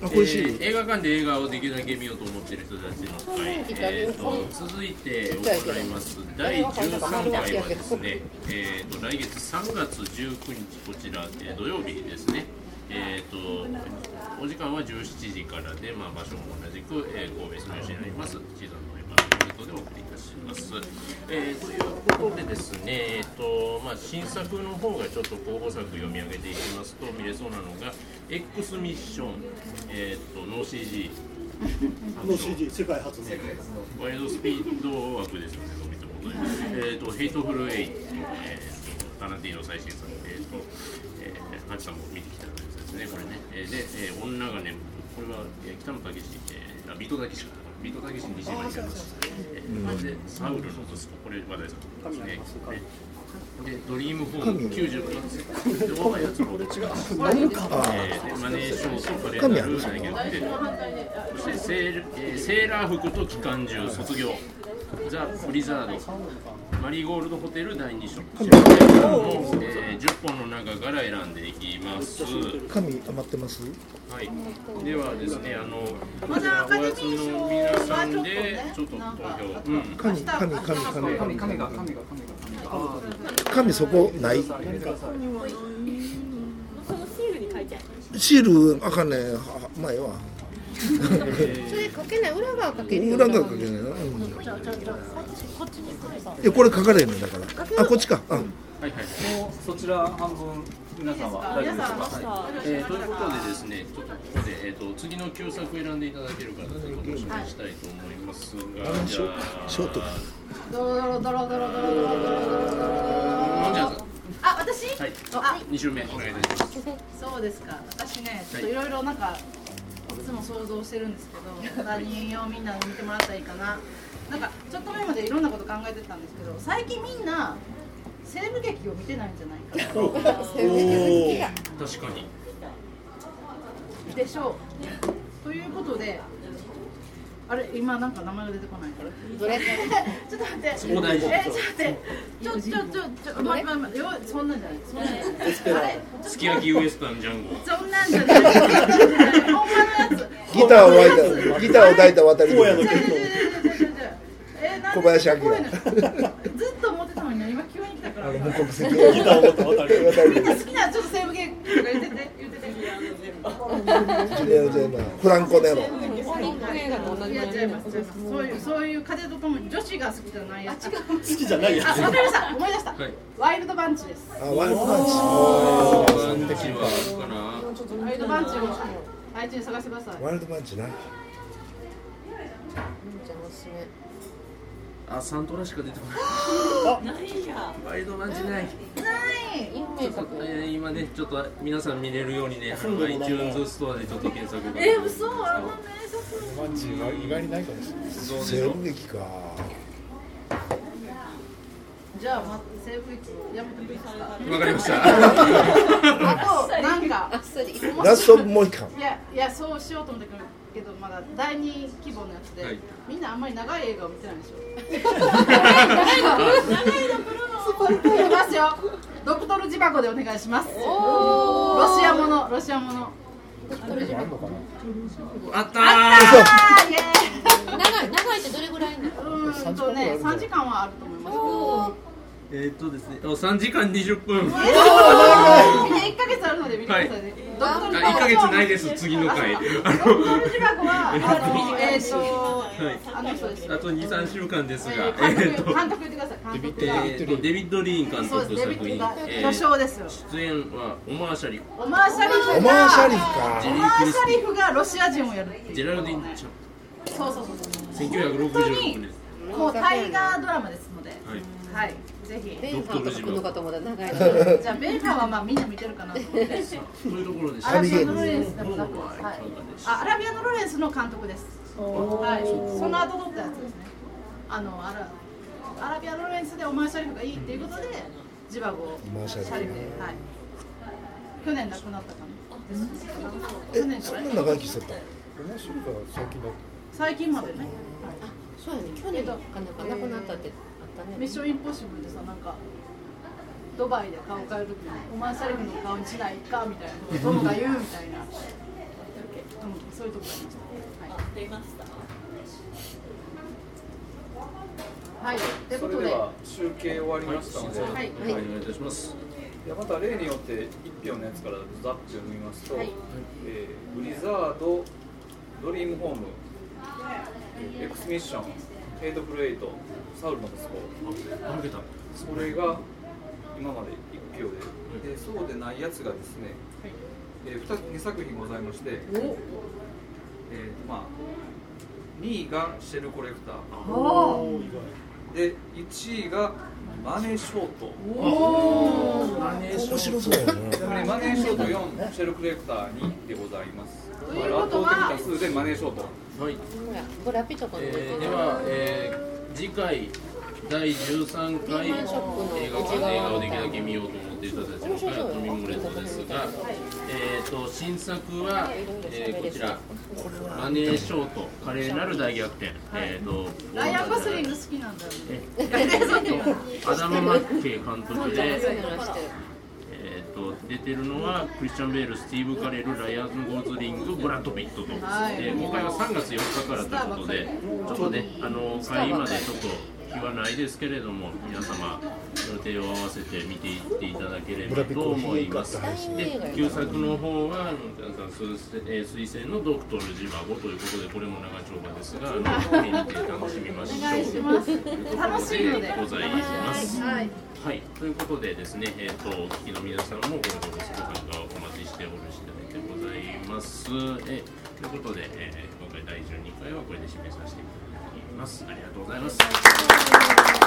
あこれ C えー映画館で映画をできるだけ見ようと思ってる人たちの会、えー、と続いて行います第13回はですね、えー、と来月3月19日こちら、えー土曜日ですね、えー、とお時間は17時からで、まあ、場所も同じく、えー、神戸住吉になります地産の今のことでお送りいたします、えーということでですね、えーとまあ、新作の方がちょっと候補作読み上げていきますと見れそうなのが X ミッション、えー、とノー CG の CG 世界初のワイルドスピード枠ですよね、伸びたことで。えっ、と、ヘイトフルエイっていう、えー、とタランティーノ最新作、えっ、と、えー、ハチさんも見てきたやつですね、これね。えーで、えー女がね、これは、えー北野武史、えー、あビートたけしか、ビートたけしに西村行ます。えーで、サウルの息子、これ話題作ですね。で、でドリームホーム90分、で、我がやつの俺違う。えーで、マネーショーとカレーダルーナーゲそしてセール、えーセーラー服と機関銃卒業、ザ・ブリザード、マリーゴールドホテル第2章、こちらの、えー10本の中から選んでいきます。神余ってますはい、ではですね、あの、こちらおやつの皆さんで、ちょっと投票、うん、神神神神神神が神が神が神そこないそのシールに書いてあるシールあかんねんは前はそれかけない裏側かける裏が書けないな、うんいやこれ書かれへんねんだからあこっちかあはいはい。もうそちら半分皆さんは大丈夫でしょうか。はいえーということでですね、ちょっとここで、えー、と次の旧作選んでいただけるかということを紹介したいと思いますが、じゃあ、ショートかもんじゃさんあ、私、はい、あ、二週目お願いいたします。そうですか。私ね、ちょっといろいろなんか、いつも想像してるんですけど、何をみんなに見てもらったらいいかな。なんか、ちょっと前までいろんなこと考えてたんですけど、最近みんな。西部劇を見てないんじゃないか確かに。な。でしょう。ということで。あれ、今なんか名前が出てこないから。ちょっと待って。そこ大事え、ちょっと待って。ちょ、ちょ、ちょ、ちょ、まあ、まあ、まあ、よ、そんなんじゃない。そんなんじゃない。あれ、すき焼きウエスタンジャンゴ。そんなんじゃない。そんなんじゃない本場のやつ。ギターを抱いたギターを抱いた渡り鳥違う違う違う違う違う違うえなんで小林明こういうのずっと思ってたのに今急に来たからみんな好ギターを持った渡り鳥きなちょっと西部劇とか言ってて言っててジュリアンジェーマーフランコネロいや違います違いますそういうそういう風とともに女子が好きじゃないやつあ違う好きじゃないやあわかりました思い出したはい。ワイルドバンチですあワイルドパンチおーワンチはかな。ワイルドバンチを i t u 探してくださいワイルドパンチなあ、サントラしか出てこない。ないや。ワイドマンチない。ちょっと、えー、今ね、ちょっと皆さん見れるようにね、iTunes ストアでちょっと検索が。え嘘あのね意外にないかもしれないどうでし西ょう部劇かじゃあま西部劇やめてもいいですかわかりま した。あとなんかラストオブモヒカンいやいやそうしようと思ったけどまだ第二希望のやつで、はいみんなあんまり長い映画を見てないでしょ。長いの長いの長いの見ますよ。ドクトルジバゴでお願いします。ロシアものロシアもの。あったー。あーイエー長い長いってどれぐらいなのイ。うーんとね三時間はあると思いますえーっとですね、お三時間二十分。はけど。みんな一ヶ月あるので見てくださいね。ドクトルいジ一バゴヶ月ないです。次の回。あドクトルジバゴのはあのえっと はい。あの人です。あと二三週間ですが、ええー監ーっ督と。監督言ってください。監督が。えーっとデビッド・リーン監そうです督デ作ビ品ッドが、え巨ー匠ですよ。出演はオマーシャリオマーシャリフがオマーシャリフジェかリオマー・クーリシスャテリフがロシア人をやるっていィう。ジェラルディン・チャッそうそうそうそプ1966年う。もうタイガードラマですので、はいはい、ぜひ。前半とかこの方まだ長いじゃあベンハーはまあみんな見てる かなと思って。そういうところでしアたラビアのロレンスでもなく、どうもはいはいそうなんで。すあ、アラビアのロレンスの監督です。はい。その後撮ったやつですね。あのアラアラビアのロレンスでオマーシャリフがいいっていうことで、ジバゴをオマーシャリフで、はい。去年亡くなったかな。去え年そかんらな長生きしてた面白いから最近だっ最近までね。そうやね去年かなんかなくなったってあったミッねションインポッシブルでさなんかドバイで顔変える時にお前シャレフの顔にしないかみたいな友が言うみたいなうん、そういうところあり出まました。はいした。はい、というこそとれで、では集計終わりましたので、はいはい、お願いいたします。ではまた例によって一票のやつからざっと読みますと、はいえーブリザード、ドリームホーム、えーエクスミッション、ヘイトフルエイト、サウルの息子、あ抜けたそれが今まで1票で、でそうでないやつがですね、えー 2, 2作品ございまして、えーとまあ、2位がシェルコレクター。おー意で1位がマネーショート面白そうだよねちなみにマネーショート4シェルクレクター2でございますということはまあ圧倒的多数でマネーショートはいほらブラピとかのえーでは、えー次回第13回映画ピーマンショップの館映画をできるだけ見ようと思っていたたちのから富見森子ですが、えー、と新作は、えーこちら「マネーショート華麗なる大逆転」えーとライアン・ゴスリング好きなんだよね。えーアダム・マッケイ監督で、えー、と出てるのはクリスチャン・ベール、スティーブ・カレル、ライアン・ゴーズリング、ブラッド・ピットと、はいえー公開は3月4日からということで、ちょっとね、あの会までちょっと日はないですけれども、皆様、予定を合わせて見ていっていただければと思います。で旧作の方は、えー、推薦のドクトル・ジバゴということで、これも長丁場ですが、あの見に行って楽しみましょう。お願いします。楽しいので。ございます。はい。はい、ということでですね、えっ、と、お聞きの皆さんも、ごごご参加をお待ちしておる次第でございます。えということで、えー今回第12回はこれで締めさせていただきます。ありがとうございます。